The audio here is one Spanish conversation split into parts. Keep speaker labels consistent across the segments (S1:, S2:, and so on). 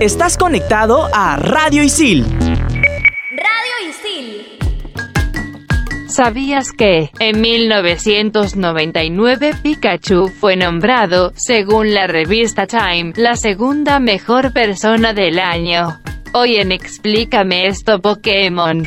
S1: Estás conectado a Radio Isil.
S2: Radio Isil.
S3: ¿Sabías que, en 1999, Pikachu fue nombrado, según la revista Time, la segunda mejor persona del año? Hoy en Explícame esto Pokémon.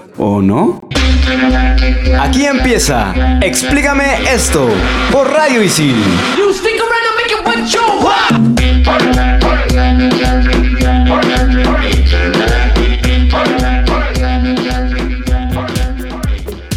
S4: ¿O no?
S5: Aquí empieza Explícame esto por Radio Isil.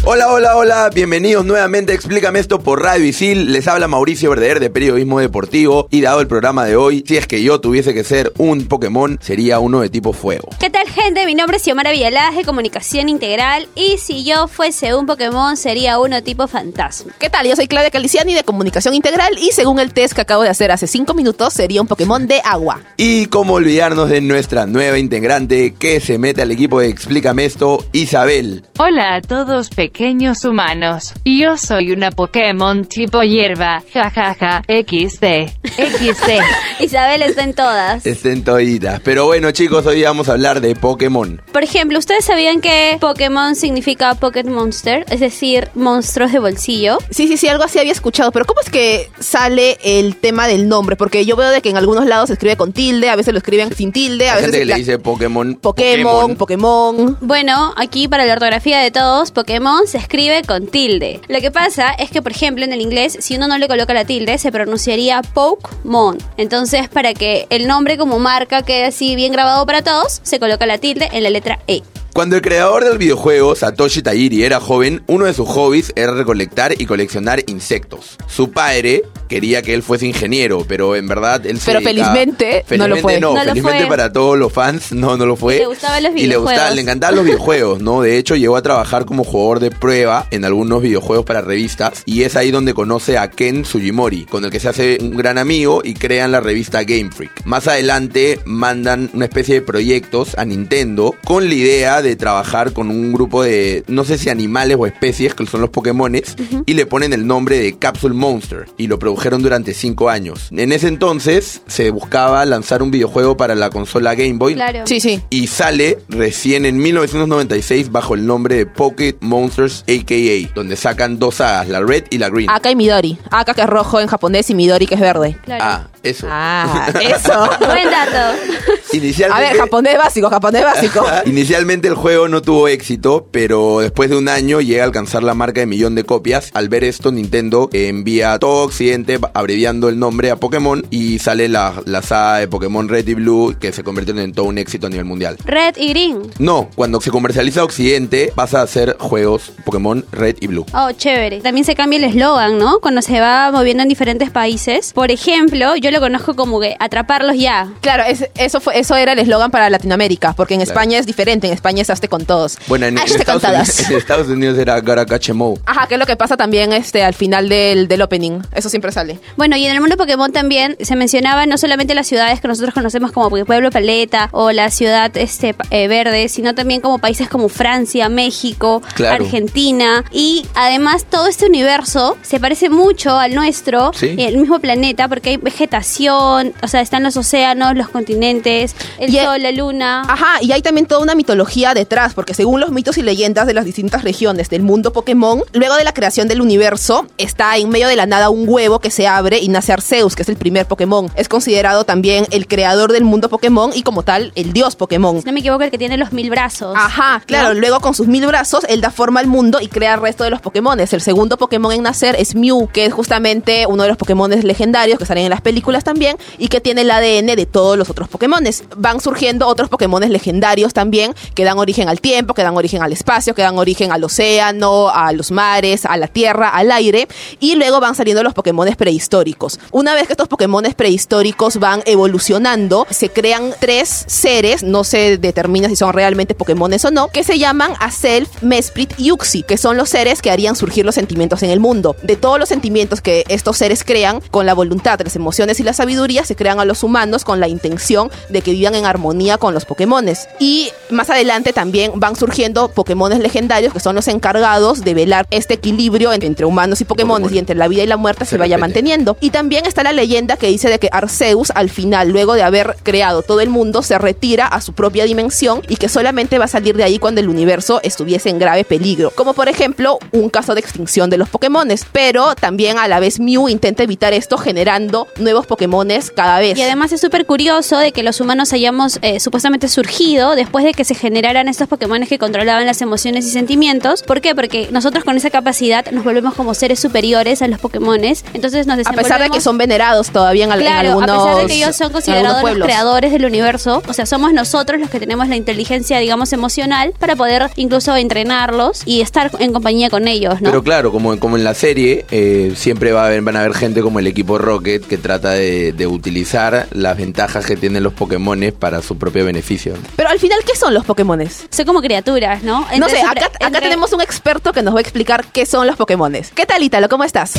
S6: Hola, hola, hola, bienvenidos nuevamente a Explícame esto por Radio Isil. Les habla Mauricio Verdeer de Periodismo Deportivo y dado el programa de hoy, si es que yo tuviese que ser un Pokémon, sería uno de tipo fuego.
S7: ¿Qué tal gente? Mi nombre es Xiomara Villalaz de Comunicación Integral y si yo fuese un Pokémon sería uno tipo fantasma.
S8: ¿Qué tal? Yo soy Claudia Caliciani de Comunicación Integral y según el test que acabo de hacer hace 5 minutos sería un Pokémon de agua.
S6: Y cómo olvidarnos de nuestra nueva integrante que se mete al equipo de Explícame esto, Isabel.
S3: Hola a todos pequeños humanos. Yo soy una Pokémon tipo hierba. Jajaja. XD. XD.
S7: Isabel está en todas.
S6: Estén toditas. Pero bueno chicos, hoy vamos a hablar de Pokémon.
S7: Por ejemplo, ¿ustedes sabían que Pokémon significa Pocket Monster? Es decir, monstruos de bolsillo.
S8: Sí, sí, sí, algo así había escuchado, pero ¿cómo es que sale el tema del nombre? Porque yo veo de que en algunos lados se escribe con tilde, a veces lo escriben sin tilde, a
S6: Hay
S8: veces
S6: gente que le
S8: se-
S6: dice Pokémon.
S8: Pokémon, Pokémon.
S7: Bueno, aquí para la ortografía de todos, Pokémon se escribe con tilde. Lo que pasa es que, por ejemplo, en el inglés, si uno no le coloca la tilde, se pronunciaría Pokémon. Entonces, para que el nombre como marca quede así bien grabado para todos, se coloca la tilde en la letra E.
S6: Cuando el creador del videojuego Satoshi Tajiri era joven, uno de sus hobbies era recolectar y coleccionar insectos. Su padre quería que él fuese ingeniero, pero en verdad él se
S8: Pero
S6: dedicaba-
S8: felizmente no lo fue.
S6: No,
S7: No lo
S6: felizmente
S7: fue.
S6: para todos los fans no, no lo fue.
S7: Y le gustaban los
S6: Y le, gustaba-
S7: videojuegos.
S6: le encantaban los videojuegos, ¿no? De hecho, llegó a trabajar como jugador de prueba en algunos videojuegos para revistas y es ahí donde conoce a Ken Sugimori, con el que se hace un gran amigo y crean la revista Game Freak. Más adelante mandan una especie de proyectos a Nintendo con la idea de trabajar con un grupo de, no sé si animales o especies, que son los Pokémones, y le ponen el nombre de Capsule Monster y lo produjeron durante 5 años. En ese entonces se buscaba lanzar un videojuego para la consola Game Boy
S7: Claro.
S8: Sí, sí.
S6: y sale recién en 1996 bajo el nombre de Pocket Monsters AKA, donde sacan dos sagas, la Red y la Green.
S8: Aka y Midori. Aka que es rojo en japonés y Midori que es verde.
S7: Claro.
S6: Ah, eso.
S8: Ah, eso.
S7: Buen dato.
S8: A
S6: Inicialmente,
S8: ver, japonés básico, japonés básico.
S6: Inicialmente el juego no tuvo éxito, pero después de un año llega a alcanzar la marca de millón de copias. Al ver esto, Nintendo envía a todo Occidente, abreviando el nombre a Pokémon, y sale la, la saga de Pokémon Red y Blue, que se convirtieron en todo un éxito a nivel mundial.
S7: Red y Green.
S6: No, cuando se comercializa a Occidente, pasa a ser juegos Pokémon Red y Blue.
S7: Oh, chévere. También se cambia el eslogan, ¿no? Cuando se va moviendo en diferentes países. Por ejemplo, yo lo conozco como que atraparlos ya.
S8: Claro, es- eso, fue, eso era el eslogan para Latinoamérica, porque en
S6: Claro.
S8: España es diferente, en España es hazte con todos. Ah,
S6: Bueno, en, en
S8: hazte con
S6: Estados,
S8: todas.
S6: Unidos, en Estados Unidos era Garakachemo.
S8: Ajá, que es lo que pasa también este, al final del, del opening. Eso siempre sale.
S7: Bueno, y en el mundo Pokémon también se mencionaba no solamente las ciudades que nosotros conocemos como Pueblo Paleta o la ciudad este, pa- eh, verde, sino también como países como Francia, México,
S6: Claro.
S7: Argentina. Y además todo este universo se parece mucho al nuestro,
S6: Sí.
S7: el mismo planeta, porque hay vegetación, o sea, están los océanos, los continentes, el
S8: Y- Ah.
S7: sol, la luna.
S8: Ajá, y hay también toda una mitología detrás, porque según los mitos y leyendas de las distintas regiones del mundo Pokémon, luego de la creación del universo, está en medio de la nada un huevo que se abre y nace Arceus, que es el primer Pokémon. Es considerado también el creador del mundo Pokémon y como tal, el dios Pokémon.
S7: Si no me equivoco, el que tiene los mil brazos.
S8: Ajá, claro. Luego con sus mil brazos, él da forma al mundo y crea el resto de los Pokémones. El segundo Pokémon en nacer es Mew, que es justamente uno de los Pokémones legendarios que salen en las películas también y que tiene el ADN de todos los otros Pokémones. pues van surgiendo otros Pokémones legendarios también que dan origen al tiempo, que dan origen al espacio, que dan origen al océano, a los mares, a la tierra, al aire. Y luego van saliendo los Pokémones prehistóricos. Una vez que estos Pokémones prehistóricos van evolucionando, se crean tres seres, no se determina si son realmente Pokémones o no, que se llaman Aself, Mesprit y Uxie, que son los seres que harían surgir los sentimientos en el mundo. De todos los sentimientos que estos seres crean, con la voluntad, las emociones y la sabiduría, se crean a los humanos con la intención de que vivan en armonía con los Pokémones. Y más adelante también van surgiendo Pokémones legendarios que son los encargados de velar este equilibrio en- entre humanos y Pokémones
S6: Pokémon.
S8: y entre la vida y la muerte se,
S6: Se
S8: vaya
S6: respete.
S8: manteniendo. Y también está la leyenda que dice de que Arceus al final, luego de haber creado todo el mundo, se retira a su propia dimensión y que solamente va a salir de ahí cuando el universo estuviese en grave peligro. Como por ejemplo un caso de extinción de los Pokémones. Pero también a la vez Mew intenta evitar esto generando nuevos Pokémones cada vez.
S7: Y además es súper curioso de que los humanos hayamos eh, supuestamente surgido después de que se generaran estos Pokémones que controlaban las emociones y sentimientos. ¿Por qué? Porque nosotros con esa capacidad nos volvemos como seres superiores a los Pokémones. Entonces nos
S8: a pesar de que
S7: desenvolvemos-
S8: son venerados todavía en, al- en
S7: pues, Claro,
S8: algunos
S7: a pesar de que ellos son
S8: en algunos
S7: considerados los
S8: pueblos.
S7: creadores del universo, o sea, somos nosotros los que tenemos la inteligencia, digamos, emocional para poder incluso entrenarlos y estar en compañía con ellos, ¿no?
S6: Pero claro, como, como en la serie, eh, siempre va a haber, van a haber gente como el equipo Rocket que trata de, de utilizar las ventajas que tienen los Pokémones para su propio beneficio.
S8: Pero al final, ¿qué son los Pokémones?
S7: son como criaturas, ¿no?
S8: No
S7: Entre
S8: sé,
S7: super-
S8: acá, acá
S7: entre-
S8: tenemos un experto que nos va a explicar qué son los Pokémones. ¿Qué tal, Ítalo? ¿Cómo estás?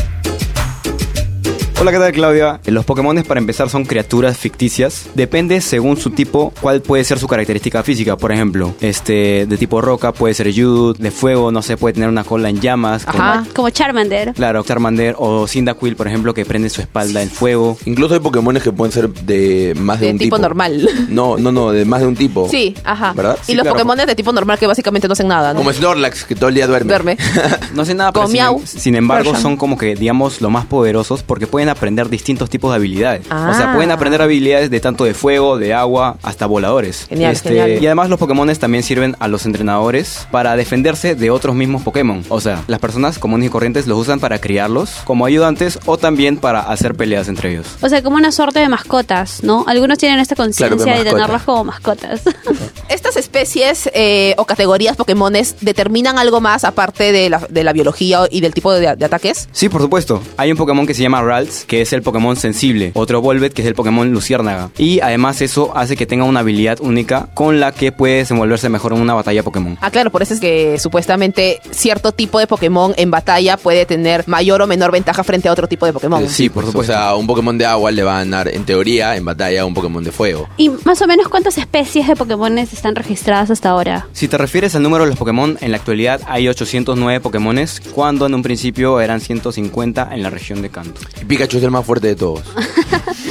S5: Hola, ¿qué tal Claudia? Los Pokémon para empezar son criaturas ficticias. Depende según su tipo cuál puede ser su característica física. Por ejemplo, este de tipo roca puede ser Jud, de fuego, no sé, puede tener una cola en llamas. con-
S8: Ajá.
S7: Ah, Como Charmander.
S5: claro, Charmander o Cyndaquil, por ejemplo, que prende su espalda en fuego.
S6: Incluso hay Pokémones que pueden ser de más de,
S8: De
S6: un
S8: tipo
S6: tipo.
S8: normal.
S6: No, no, no, de más de un tipo.
S8: Sí, ajá.
S6: ¿Verdad?
S8: Y los
S5: claro.
S8: Pokémones de tipo normal que básicamente no hacen nada, ¿no?
S6: Como Snorlax, que todo el día duerme.
S8: Duerme.
S5: No sé nada, pero
S8: Con
S5: sin, em-,
S8: Miau.
S5: sin embargo
S8: Persian.
S5: son como que, digamos, los más poderosos porque pueden aprender distintos tipos de habilidades.
S8: Ah.
S5: O sea, pueden aprender habilidades de tanto de fuego, de agua, hasta voladores. Este,
S8: Genial, genial.
S5: Y además los Pokémon también sirven a los entrenadores para defenderse de otros mismos Pokémon. O sea, las personas comunes y corrientes los usan para criarlos como ayudantes o también para hacer peleas entre ellos.
S7: O sea, como una suerte de mascotas, ¿no? Algunos tienen esta conciencia de
S6: mascotas.
S7: tenerlos como mascotas.
S8: Estas especies eh, o categorías Pokémones determinan algo más aparte de la, de la biología y del tipo de, de ataques.
S5: Sí, por supuesto. Hay un Pokémon que se llama Ralts, que es el Pokémon sensible. Otro Volvet, que es el Pokémon Luciérnaga. Y además eso hace que tenga una habilidad única con la que puede desenvolverse mejor en una batalla Pokémon.
S8: Ah, claro, por eso es que supuestamente cierto tipo de Pokémon en batalla puede tener mayor o menor ventaja frente a otro tipo de Pokémon.
S5: Sí, por
S6: O
S5: supuesto.
S6: sea, un Pokémon de agua le va a ganar, en teoría, en batalla, a un Pokémon de fuego.
S7: ¿Y más o menos cuántas especies de Pokémones están registradas hasta ahora?
S5: Si te refieres al número de los Pokémon, en la actualidad hay 809 Pokémones, cuando en un principio eran 150 en la región de Kanto.
S6: Y Pikachu es el más fuerte de todos.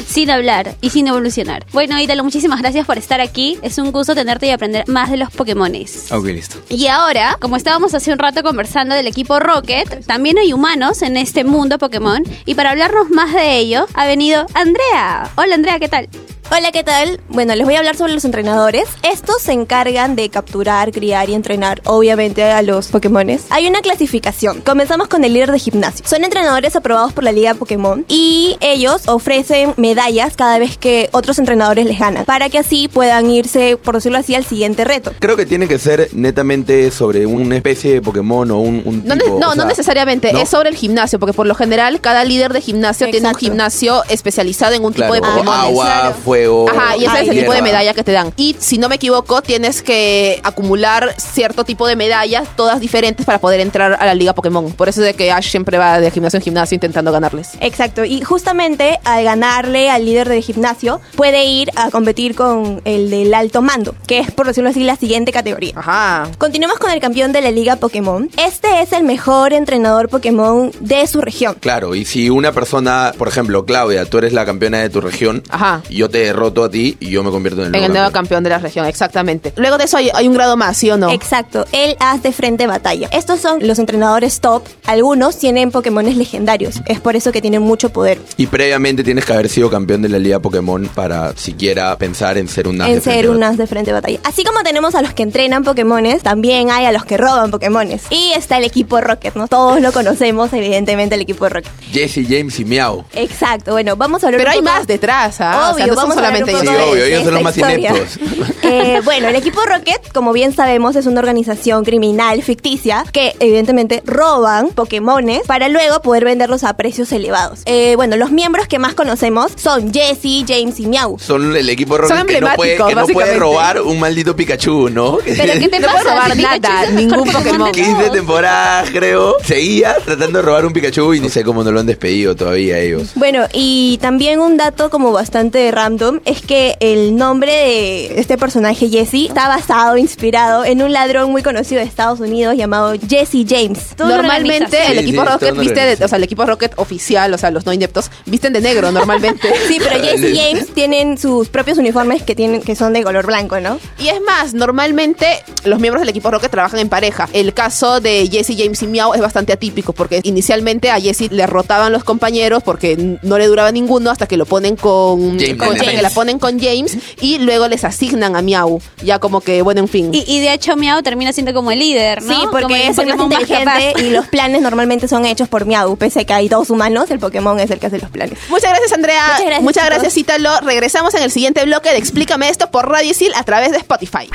S7: Sin hablar y sin evolucionar. Bueno, Ítalo, muchísimas gracias por estar aquí. Es un gusto tenerte y aprender más de los Pokémones.
S5: Ok, listo.
S7: Y ahora, como estábamos hace un rato conversando del equipo Rocket, también hay humanos en este mundo Pokémon. Y para hablarnos más de ello, ha venido Andrea. Hola Andrea, ¿qué tal?
S9: Hola, ¿qué tal? Bueno, les voy a hablar sobre los entrenadores. Estos se encargan de capturar, criar y entrenar, obviamente, a los Pokémones. Hay una clasificación. Comenzamos con el líder de gimnasio. Son entrenadores aprobados por la Liga Pokémon y ellos ofrecen medallas cada vez que otros entrenadores les ganan, para que así puedan irse, por decirlo así, al siguiente reto.
S6: Creo que tiene que ser netamente sobre una especie de Pokémon o un, un
S8: No, ne-
S6: tipo,
S8: no,
S6: o sea,
S8: no necesariamente,
S6: ¿no?
S8: es sobre el gimnasio, porque por lo general cada líder de gimnasio tiene un
S9: Exacto.
S8: gimnasio especializado en un
S6: Claro,
S8: tipo de
S6: o
S8: Pokémon.
S6: agua,
S9: claro.
S6: fuego.
S8: Ajá, y ese es el
S9: Ay,
S8: tipo de
S6: hierba.
S8: medalla que te dan. Y si no me equivoco, tienes que acumular cierto tipo de medallas, todas diferentes, para poder entrar a la liga Pokémon. Por eso es de que Ash siempre va de gimnasio en gimnasio intentando ganarles.
S9: Exacto, y justamente al ganarle al líder del gimnasio, puede ir a competir con el del alto mando, que es, por decirlo así, la siguiente categoría.
S8: Ajá.
S9: Continuamos con el campeón de la Liga Pokémon. Este es el mejor entrenador Pokémon de su región.
S6: Claro, y si una persona, por ejemplo, Claudia, tú eres la campeona de tu región,
S8: Ajá.
S6: y yo te derroto a ti y yo me convierto en el
S8: En
S6: nuevo
S8: el nuevo
S6: campeón.
S8: campeón de la región, exactamente. Luego de eso hay, hay un grado más, ¿sí o no?
S9: Exacto, el as de frente de batalla. Estos son los entrenadores top. Algunos tienen Pokémones legendarios. Es por eso que tienen mucho poder.
S6: Y previamente tienes que haber sido campeón de la Liga Pokémon para siquiera pensar en ser un as de
S9: en ser
S6: frente.
S9: un as de frente de batalla. Así como tenemos a los que entrenan Pokémones, también hay a los que roban Pokémones. Y está el equipo Rocket, ¿no? Todos lo conocemos, evidentemente, el equipo Rocket.
S6: Jesse, James y Miau.
S9: Exacto, bueno, vamos a hablar
S8: Pero
S9: un
S8: hay
S9: poco-
S8: más detrás, ¿ah? O
S9: Obvio,
S8: sea, no
S9: vamos vamos a hablar
S8: solamente
S9: un
S8: ellos.
S9: poco
S6: Sí,
S9: de-
S6: obvio,
S9: de
S6: ellos son los más
S9: esta historia.
S6: ineptos.
S9: Eh, bueno, el equipo Rocket, como bien sabemos, es una organización criminal ficticia que evidentemente roban Pokémones para luego poder venderlos a precios elevados. Eh, bueno, los miembros que más conocemos son Jesse, James y Miau.
S6: Son el equipo rojo
S8: Son
S6: que no puede,
S8: emblemáticos,
S6: que no puede
S8: básicamente.
S6: robar un maldito Pikachu, ¿no?
S7: ¿Pero qué te
S8: No
S7: pasa?
S8: puedes robar
S7: Si Pikachu
S8: nada,
S7: es el mejor
S8: ningún Pokémon.
S7: de
S6: 15
S7: todos.
S6: temporadas, creo. Seguía tratando de robar un Pikachu y ni sé cómo no lo han despedido todavía ellos.
S9: Bueno, y también un dato como bastante random es que el nombre de este personaje Jesse está basado, inspirado en un ladrón muy conocido de Estados Unidos llamado Jesse James.
S3: Toda una
S8: Normalmente
S3: organización.
S8: el
S6: Sí,
S8: equipo
S6: sí, toda
S8: Rocket
S6: una
S8: viste, de-
S6: organización.
S8: o sea, el equipo Rocket oficial, o sea, los no ineptos, visten de negro normalmente.
S9: Sí, pero Jesse y James tienen sus propios uniformes que tienen que son de color blanco, ¿no?
S8: Y es más, normalmente los miembros del equipo Rocket trabajan en pareja. El caso de Jesse, James y Miau es bastante atípico porque inicialmente a Jesse le rotaban los compañeros porque n- no le duraba ninguno hasta que lo ponen con,
S6: James.
S8: con- hasta
S6: James.
S8: que la ponen con James y luego les asignan a Miau. Ya como que, bueno, en fin.
S7: Y, y de hecho Miau termina siendo como el líder, ¿no?
S9: Sí,
S7: Como
S9: porque
S7: el
S9: es el más
S7: Pokémon
S9: inteligente
S7: capaz.
S9: y los planes normalmente son hechos por Miau. Pese que hay dos humanos, el Pokémon es el que hace los planes.
S8: Muchas gracias, Andrea.
S9: Muchas gracias, chicos.
S8: Cítalo. Regresamos en el siguiente bloque de Explícame esto por Radio Isil a través de Spotify.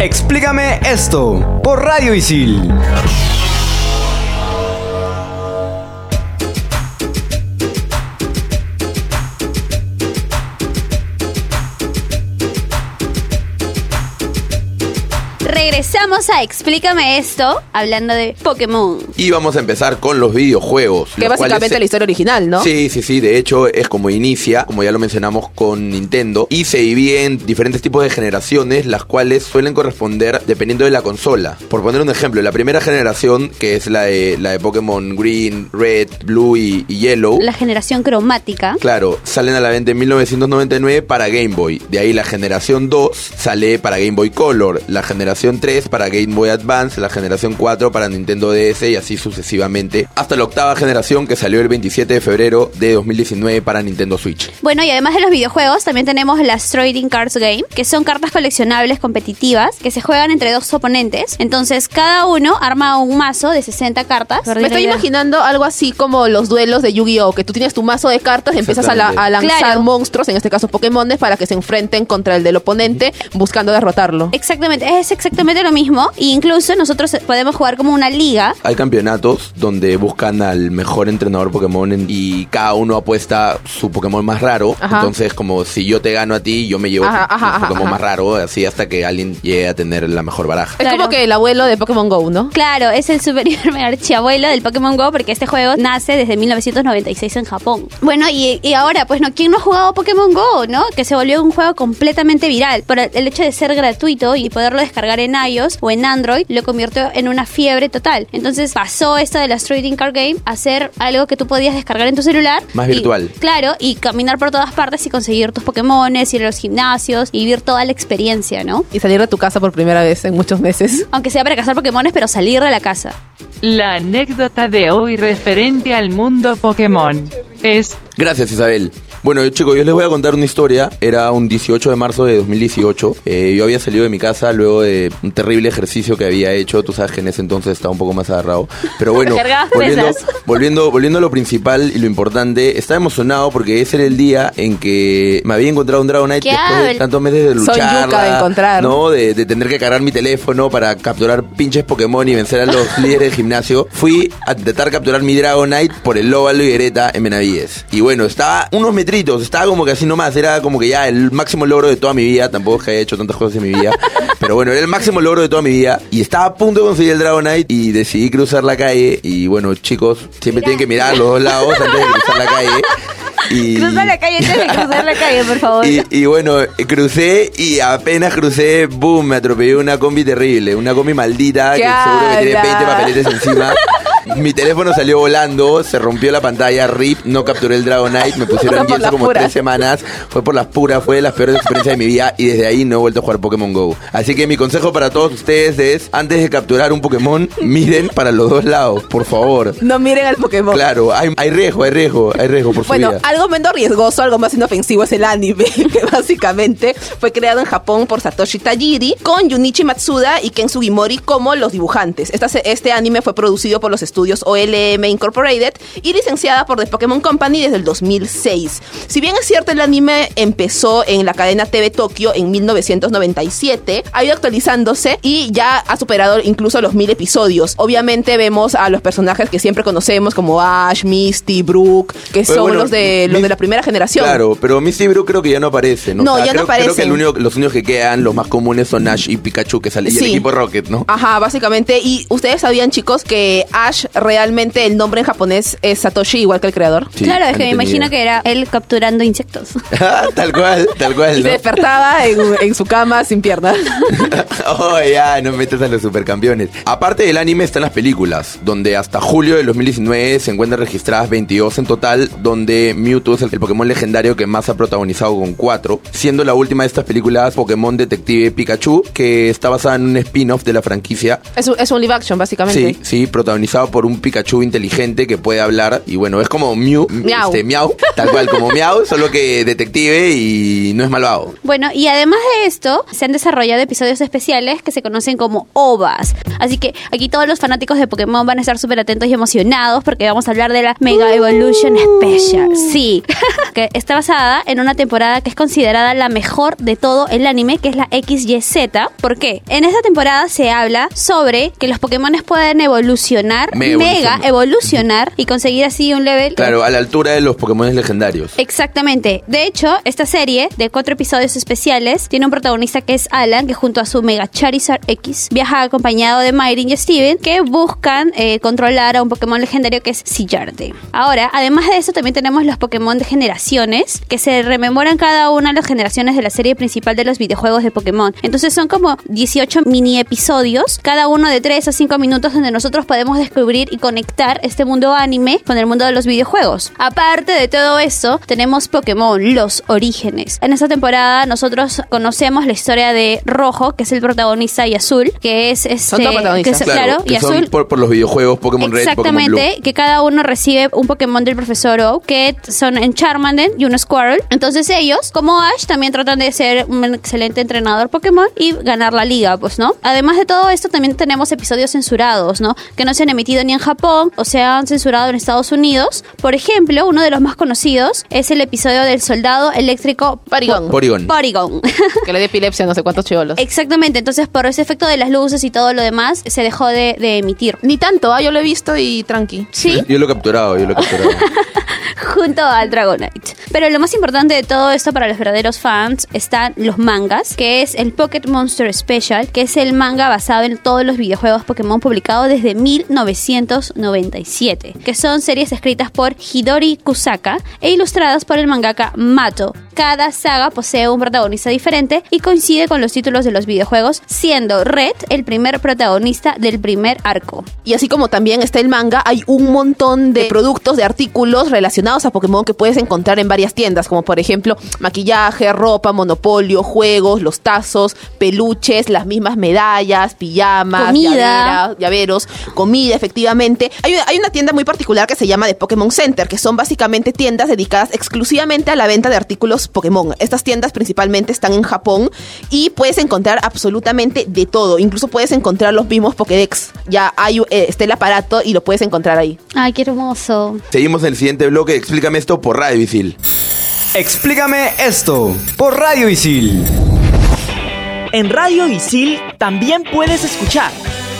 S5: Explícame esto por Radio Isil.
S7: Regresamos a Explícame esto, hablando de Pokémon.
S6: Y vamos a empezar con los videojuegos.
S8: Que
S6: los cuales
S8: básicamente
S6: se-
S8: es la historia original, ¿no?
S6: Sí, sí, sí. De hecho, es como inicia, como ya lo mencionamos con Nintendo, y se divide en diferentes tipos de generaciones, las cuales suelen corresponder dependiendo de la consola. Por poner un ejemplo, la primera generación, que es la de, la de Pokémon Green, Red, Blue y, y Yellow.
S7: La generación cromática.
S6: Claro, salen a la venta en 1999 para Game Boy. De ahí la generación 2 sale para Game Boy Color, la generación 3 para Game Boy Advance, la generación 4 para Nintendo DS y así sucesivamente. Hasta la octava generación que salió el 27 de febrero de 2019 para Nintendo Switch.
S7: Bueno, y además de los videojuegos, también tenemos las Trading Cards Game, que son cartas coleccionables competitivas que se juegan entre dos oponentes. Entonces, cada uno arma un mazo de 60 cartas.
S8: Me estoy imaginando algo así como los duelos de Yu-Gi-Oh! Que tú tienes tu mazo de cartas y empiezas a, la- a lanzar
S7: Claro.
S8: monstruos, en este caso Pokémones, para que se enfrenten contra el del oponente buscando derrotarlo.
S7: Exactamente, es exactamente lo mismo. E incluso nosotros podemos jugar como una liga.
S6: Hay campeonatos donde buscan al mejor entrenador Pokémon en- y cada uno apuesta su Pokémon más raro.
S8: Ajá.
S6: Entonces, como si yo te gano a ti, yo me llevo
S8: Ajá,
S6: tu- tu
S8: ajá, ajá,
S6: Pokémon
S8: ajá.
S6: más raro, así hasta que alguien llegue a tener la mejor baraja.
S8: Es
S7: Claro.
S8: como que el abuelo de Pokémon Go, ¿no?
S7: Claro, es el superior archiabuelo del Pokémon Go porque este juego nace desde 1996 en Japón. Bueno, y, y ahora, pues no, ¿quién no ha jugado Pokémon Go, no? Que se volvió un juego completamente viral. Por el el hecho de ser gratuito y poderlo descargar en iOS o en Android, lo convirtió en una fiebre total. Entonces pasó esto de las Trading Card Game a ser algo que tú podías descargar en tu celular.
S6: Más
S7: y-
S6: virtual.
S7: claro, y caminar por todas partes y conseguir tus Pokémones, ir a los gimnasios y vivir toda la experiencia, ¿no?
S8: Y salir de tu casa por primera vez en muchos meses.
S7: Aunque sea para cazar Pokémones, pero salir de la casa.
S3: La anécdota de hoy referente al mundo Pokémon es
S6: Gracias, Isabel. Bueno, chicos, yo les voy a contar una historia. Era un 18 de marzo de 2018. Eh, yo había salido de mi casa luego de un terrible ejercicio que había hecho. Tú sabes que en ese entonces estaba un poco más agarrado. Pero bueno,
S7: Cargabas
S6: volviendo,
S7: pesas.
S6: volviendo, volviendo a lo principal y lo importante, estaba emocionado porque ese era el día en que me había encontrado un Dragonite
S7: ¿Qué
S6: después de
S7: habla?
S6: tantos meses de
S8: Son
S6: luchar.
S8: yuca de encontrar.
S6: ¿no? De, de tener que cargar mi teléfono para capturar pinches Pokémon y vencer a los líderes de gimnasio. Fui a intentar capturar mi Dragonite por el Lóbalo y Greta en Benavides. Y bueno, estaba unos metritos, estaba como que así nomás. Era como que ya el máximo logro de toda mi vida. Tampoco es que haya hecho tantas cosas en mi vida. Pero bueno, era el máximo logro de toda mi vida. Y estaba a punto de conseguir el Dragonite y decidí cruzar la calle. Y bueno, chicos, siempre tienen que mirar a los dos lados antes de cruzar la calle. Y...
S9: calle, antes de cruzar la calle, por favor.
S6: Y, y bueno, crucé y apenas crucé, boom, me atropelló una combi terrible, una combi maldita que
S8: ¿Qué
S6: seguro que tiene
S8: habla?
S6: 20 papeletes encima. Mi teléfono salió volando, se rompió la pantalla, rip, no capturé el Dragonite, me pusieron
S8: Fue por
S6: pienso
S8: las
S6: como
S8: puras.
S6: tres semanas, fue por las puras, fue de las peores experiencias de mi vida y desde ahí no he vuelto a jugar Pokémon GO. Así que mi consejo para todos ustedes es, antes de capturar un Pokémon, miren para los dos lados, por favor.
S8: No miren al Pokémon.
S6: Claro, hay, hay riesgo, hay riesgo, hay riesgo por su
S8: Bueno,
S6: vida.
S8: algo menos riesgoso, algo más inofensivo es el anime, que básicamente fue creado en Japón por Satoshi Tajiri con Junichi Matsuda y Ken Sugimori como los dibujantes. Esta se- Este, anime fue producido por los estudios OLM Incorporated y licenciada por The Pokémon Company desde el 2006. Si bien es cierto, el anime empezó en la cadena TV Tokio en 1997, ha ido actualizándose y ya ha superado incluso los mil episodios. Obviamente vemos a los personajes que siempre conocemos como Ash, Misty, Brooke, que
S6: Pero
S8: son
S6: bueno,
S8: los, de, los
S6: Mis-
S8: de la primera generación.
S6: Claro, pero Misty Brew creo que ya no aparece, ¿no?
S8: No,
S6: O sea,
S8: ya
S6: creo,
S8: no
S6: creo que
S8: aparecen.
S6: el único- los únicos que quedan, los más comunes son Ash y Pikachu, que sale y el
S8: Sí. Ah,
S6: equipo Rocket, ¿no?
S8: Ajá, básicamente. Y ustedes sabían, chicos, que Ash realmente el nombre en japonés es Satoshi, igual que el creador.
S6: Sí,
S7: claro, es
S6: han
S7: que me imagino
S6: tenido.
S7: que era él capturando insectos.
S6: Ah, tal cual, tal cual,
S8: Y se
S6: ¿no?
S8: despertaba en, en su cama sin pierna.
S6: oh, ya, no metas a los supercampeones. Aparte del anime están las películas, donde hasta julio del 2019 se encuentran registradas 22 en total, donde Mewtwo es el, el Pokémon legendario que más ha protagonizado con 4, siendo la última de estas películas Pokémon Detective Pikachu, que está basada en un spin-off de la franquicia
S8: Es, un- es un live action, básicamente.
S6: Sí, sí, protagonizado por un Pikachu inteligente que puede hablar. Y bueno, es como Mew,
S8: Miau.
S6: este, Miau, tal cual como Miau, solo que detective y no es malvado.
S7: Bueno, y además de esto, se han desarrollado episodios especiales que se conocen como OVAs. Así que aquí todos los fanáticos de Pokémon van a estar súper atentos y emocionados porque vamos a hablar de la Mega Evolution Special. Sí, que está basada en una temporada que es considerada la mejor de todo el anime, que es la XYZ. ¿Por qué? En esta temporada se habla sobre que los Pokémon pueden evolucionar,
S6: Mega
S7: mega evolucionar y conseguir así un level
S6: Claro, a la altura de los Pokémon legendarios.
S7: Exactamente. De hecho, esta serie de cuatro episodios especiales tiene un protagonista que es Alan, que junto a su Mega Charizard X viaja acompañado de Myrin y Steven, que buscan eh, controlar a un Pokémon legendario que es Sillarde. Ahora, además de eso, también tenemos los Pokémon de generaciones, que se rememoran cada una de las generaciones de la serie principal de los videojuegos de Pokémon. Entonces son como 18 mini episodios, cada uno de 3 a 5 minutos, donde nosotros podemos descubrir y conectar este mundo anime con el mundo de los videojuegos. Aparte de todo eso, tenemos Pokémon, los orígenes. En esta temporada nosotros conocemos la historia de Rojo, que es el protagonista, y Azul, que es este...
S8: Son dos protagonistas.
S7: que es- claro,
S6: que
S7: y
S6: son
S7: Azul...
S6: por, por los videojuegos Pokémon Red, Pokémon Blue.
S7: Exactamente, que cada uno recibe un Pokémon del profesor Oak, que son en Charmander y un Squirrel. Entonces ellos, como Ash, también tratan de ser un excelente entrenador Pokémon y ganar la liga, pues, ¿no? Además de todo esto, también tenemos episodios censurados, ¿no? Que no se han emitido ni en Japón o se han censurado en Estados Unidos. Por ejemplo, uno de los más conocidos es el episodio del soldado eléctrico
S8: Porygon.
S6: Porygon.
S7: Porygon.
S8: Que le dio epilepsia a no sé cuántos chivolos.
S7: Exactamente, entonces por ese efecto de las luces y todo lo demás, se dejó de, de emitir.
S8: Ni tanto, ah, yo lo he visto y tranqui.
S7: Sí,
S6: Yo lo he capturado, yo lo he capturado.
S7: junto al Dragonite. Pero lo más importante de todo esto para los verdaderos fans están los mangas, que es el Pocket Monster Special, que es el manga basado en todos los videojuegos Pokémon publicados desde 1997, que son series escritas por Hidori Kusaka e ilustradas por el mangaka Mato. Cada saga posee un protagonista diferente y coincide con los títulos de los videojuegos, siendo Red el primer protagonista del primer arco.
S8: Y así como también está el manga, hay un montón de productos, de artículos relacionados a Pokémon que puedes encontrar en varias tiendas, como por ejemplo maquillaje, ropa, monopolio, juegos, los tazos, peluches, las mismas medallas, pijamas,
S7: Comida.
S8: llavera- llaveros, comida, efectivamente. Hay una, hay una tienda muy particular que se llama The Pokémon Center, que son básicamente tiendas dedicadas exclusivamente a la venta de artículos Pokémon. Estas tiendas principalmente están en Japón y puedes encontrar absolutamente de todo. Incluso puedes encontrar los mismos Pokédex. Ya hay, eh, está el aparato y lo puedes encontrar ahí.
S7: Ay, qué hermoso.
S6: Seguimos en el siguiente bloque. Explícame esto por Radio Visil.
S5: Explícame esto por Radio Isil.
S1: En Radio Isil también puedes escuchar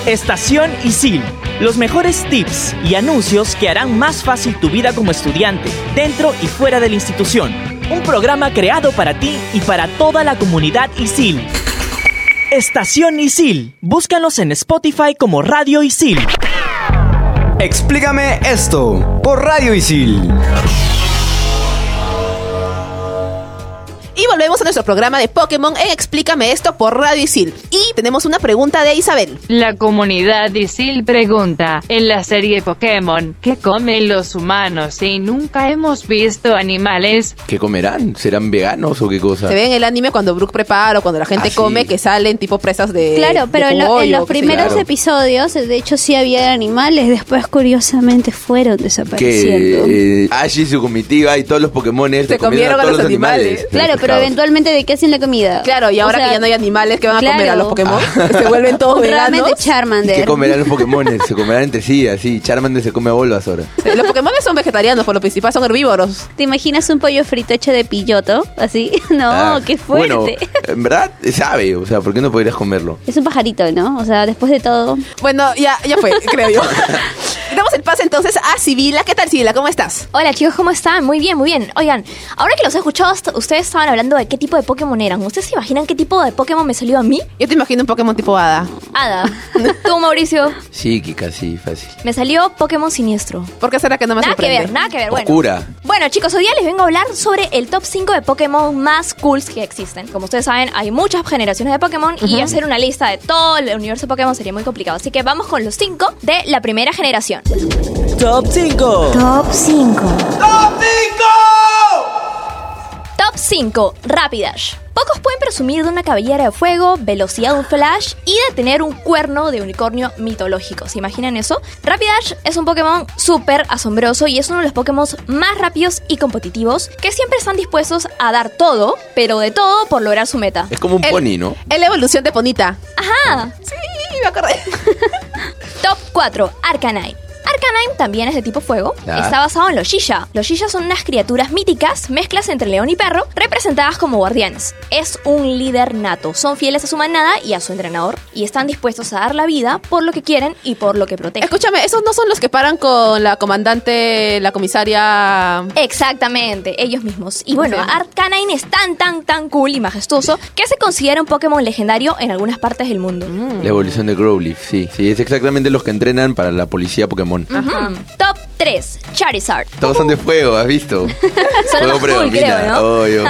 S1: Estación Isil, los mejores tips y anuncios que harán más fácil tu vida como estudiante, dentro y fuera de la institución. Un programa creado para ti y para toda la comunidad Isil. Estación Isil, búscanos en Spotify como Radio Isil.
S5: Explícame esto por Radio Isil.
S8: Y volvemos a nuestro programa de Pokémon en Explícame esto por Radio Isil. Y tenemos una pregunta de Isabel.
S3: La comunidad Isil pregunta, en la serie Pokémon, ¿qué comen los humanos y nunca hemos visto animales?
S6: ¿Qué comerán? ¿Serán veganos o qué cosa?
S8: Se ve en el anime cuando Brooke prepara o cuando la gente
S6: Ah, sí.
S8: come que salen tipo presas de.
S7: Claro,
S8: de
S7: pero en, lo- en
S8: cogollo,
S7: los
S8: qué sé yo.
S7: primeros
S6: claro.
S7: episodios, de hecho, sí había animales. Después, curiosamente, fueron desapareciendo.
S8: eh,
S6: que eh, Ash y su comitiva y todos los Pokémon
S8: Se comieron a los animales.
S7: Claro, pero eventualmente de qué hacen la comida.
S8: Claro, y ahora que ya no hay animales que van a comer a los Pokémon, se vuelven todos
S7: Realmente
S8: veganos.
S6: ¿Y ¿Qué
S7: Charmander.
S6: comerán los Pokémon? Se comerán entre sí, así. Charmander se come a Bulbas ahora.
S8: Eh, Los Pokémon son vegetarianos, por lo principal son herbívoros.
S7: ¿Te imaginas un pollo frito hecho de pilloto? Así. No,
S6: Ah,
S7: qué fuerte.
S6: Bueno, en verdad, sabe. O sea, ¿por qué no podrías comerlo?
S7: Es un pajarito, ¿no? O sea, después de todo.
S8: Bueno, ya, ya fue, creo yo. Damos el pase entonces a Sibila. ¿Qué tal, Sibila? ¿Cómo estás?
S10: Hola chicos, ¿cómo están? Muy bien, muy bien. Oigan, ahora que los he escuchado, est- ustedes estaban hablando de qué tipo de Pokémon eran. ¿Ustedes se imaginan qué tipo de Pokémon me salió a mí?
S8: Yo te imagino un Pokémon tipo Hada.
S10: Ada. Tú, Mauricio.
S6: Psíquica, sí, fácil.
S10: Me salió Pokémon siniestro.
S8: ¿Por qué será que no me
S10: Nada
S8: sorprende?
S10: que ver, nada que ver. Bueno.
S6: Oscura.
S10: Bueno, chicos, hoy día les vengo a hablar sobre el top 5 de Pokémon más cools que existen. Como ustedes saben, hay muchas generaciones de Pokémon y
S11: Ujú.
S10: hacer una lista de todo el universo Pokémon sería muy complicado. Así que vamos con los 5 de la primera generación.
S1: Top 5.
S10: Top 5. Top 5. Rapidash. Pocos pueden presumir de una cabellera de fuego, velocidad de un flash y de tener un cuerno de unicornio mitológico. ¿Se imaginan eso? Rapidash es un Pokémon súper asombroso y es uno de los Pokémon más rápidos y competitivos que siempre están dispuestos a dar todo, pero de todo por lograr su meta.
S6: Es como un
S10: El-
S6: pony, ¿no?
S8: Es la evolución de Ponita.
S10: Ajá.
S8: Sí, me acordé.
S10: Top 4. Arcanine. Arcanine también es de tipo fuego.
S6: Ah.
S11: Ya.
S10: Está basado en los Shisha. Los Shisha son unas criaturas míticas, mezclas entre león y perro, representadas como guardianes. Es un líder nato. Son fieles a su manada y a su entrenador y están dispuestos a dar la vida por lo que quieren y por lo que protegen.
S8: Escúchame, esos no son los que paran con la comandante, la comisaria.
S10: Exactamente, ellos mismos. Y bueno,
S8: Sí.
S10: Arcanine es tan, tan, tan cool y majestuoso que se considera un Pokémon legendario en algunas partes del mundo.
S6: La evolución de Growlithe, sí. Sí, es exactamente los que entrenan para la policía Pokémon.
S10: Ujú. Top 3. Charizard.
S6: Todos son de fuego, ¿has visto?
S10: Son los más cool,
S6: predomina,
S10: creo, ¿no?
S6: obvio.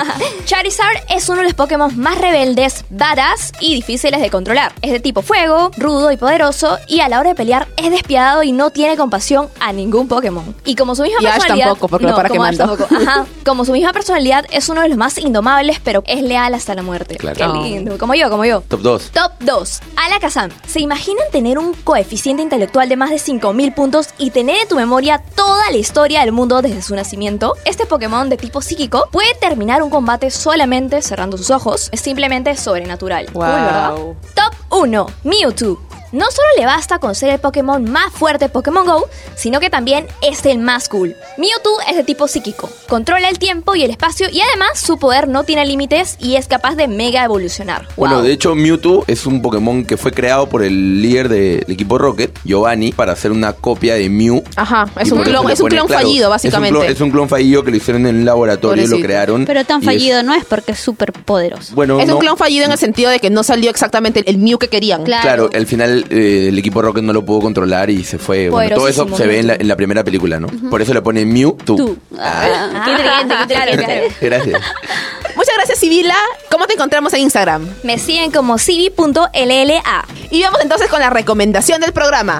S10: Charizard es uno de los Pokémon más rebeldes, badass y difíciles de controlar. Es de tipo fuego, rudo y poderoso, y a la hora de pelear es despiadado y no tiene compasión a ningún Pokémon. Y como su misma
S8: Y Ash
S10: personalidad...
S8: tampoco, porque lo para
S10: como Ash
S8: quemando.
S10: tampoco. Ajá. Como su misma personalidad, es uno de los más indomables, pero es leal hasta la muerte.
S6: Claro.
S10: Qué
S6: Oh.
S10: lindo. Como yo, como yo.
S6: Top 2.
S10: Top 2. Alakazam. ¿Se imaginan tener un coeficiente intelectual de más de 5.000 puntos y tener en tu memoria toda la historia del mundo desde su nacimiento? Este Pokémon de tipo psíquico puede terminar un combate solamente cerrando sus ojos. Es simplemente sobrenatural. Cool, ¿verdad?
S11: Wow.
S10: Top 1. Mewtwo. No solo le basta con ser el Pokémon más fuerte de Pokémon Go, sino que también es el más cool. Mewtwo es de tipo psíquico, controla el tiempo y el espacio y además su poder no tiene límites y es capaz de mega evolucionar.
S6: Bueno, de hecho, Mewtwo es un Pokémon que fue creado por el líder del equipo Rocket, Giovanni, para hacer una copia de Mew.
S8: Ajá, Ah, es
S6: Y
S8: un
S6: por eso
S8: clon,
S6: le
S8: es un
S6: ponen,
S8: clon
S6: claro,
S8: fallido,
S6: es un clon-
S8: básicamente.
S6: Es un, clon fallido que lo hicieron en un laboratorio y lo
S8: Pobrecito.
S6: crearon.
S8: Pero tan
S6: Mm, y es-
S8: fallido.
S7: No es porque es súper poderoso.
S6: bueno,
S8: es
S6: no.
S8: un clon fallido en el sentido de que no salió exactamente el Mew que querían.
S6: Claro, al final eh, el equipo Rocket no lo pudo controlar y se fue. Bueno, todo eso
S8: Poderosísimo
S6: se ve en la, en la primera película, ¿no? Por eso le ponen Mew, tú.
S8: Tú.
S6: Ah.
S7: Qué inteligente, qué inteligente.
S6: Gracias.
S8: Muchas gracias, Sibila. ¿Cómo te encontramos en Instagram?
S10: Me siguen como civi.lla.
S8: Y vamos entonces con la recomendación del programa.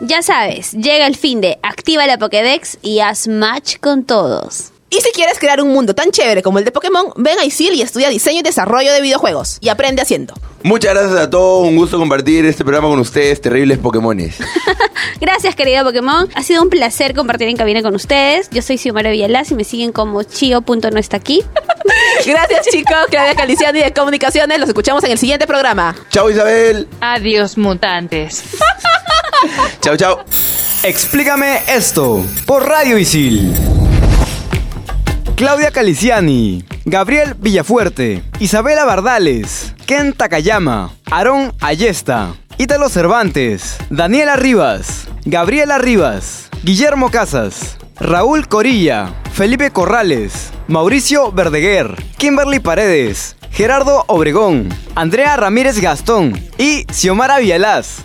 S7: Ya sabes, llega el fin de activa la Pokédex y haz match con todos.
S8: Y si quieres crear un mundo tan chévere como el de Pokémon, ven a ISIL y estudia diseño y desarrollo de videojuegos. Y aprende haciendo.
S6: Muchas gracias a todos. Un gusto compartir este programa con ustedes, terribles Pokémones.
S7: Gracias, querido Pokémon. Ha sido un placer compartir en cabina con ustedes. Yo soy Xiomara Villalaz y me siguen como chio.no está aquí.
S8: Gracias, chicos. Claudia Caliciani de Comunicaciones. Los escuchamos en el siguiente programa.
S6: Chao, Isabel.
S3: Adiós mutantes.
S6: Chao, chao.
S5: Explícame esto por Radio Isil. Claudia Caliciani, Gabriel Villafuerte, Isabela Bardales, Ken Takayama, Aarón Ayesta, Ítalo Cervantes, Daniela Rivas, Gabriela Rivas, Guillermo Casas, Raúl Corilla, Felipe Corrales, Mauricio Verdeguer, Kimberly Paredes, Gerardo Obregón, Andrea Ramírez Gastón y Xiomara Vialaz.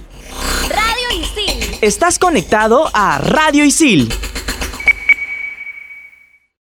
S1: Estás conectado a Radio Isil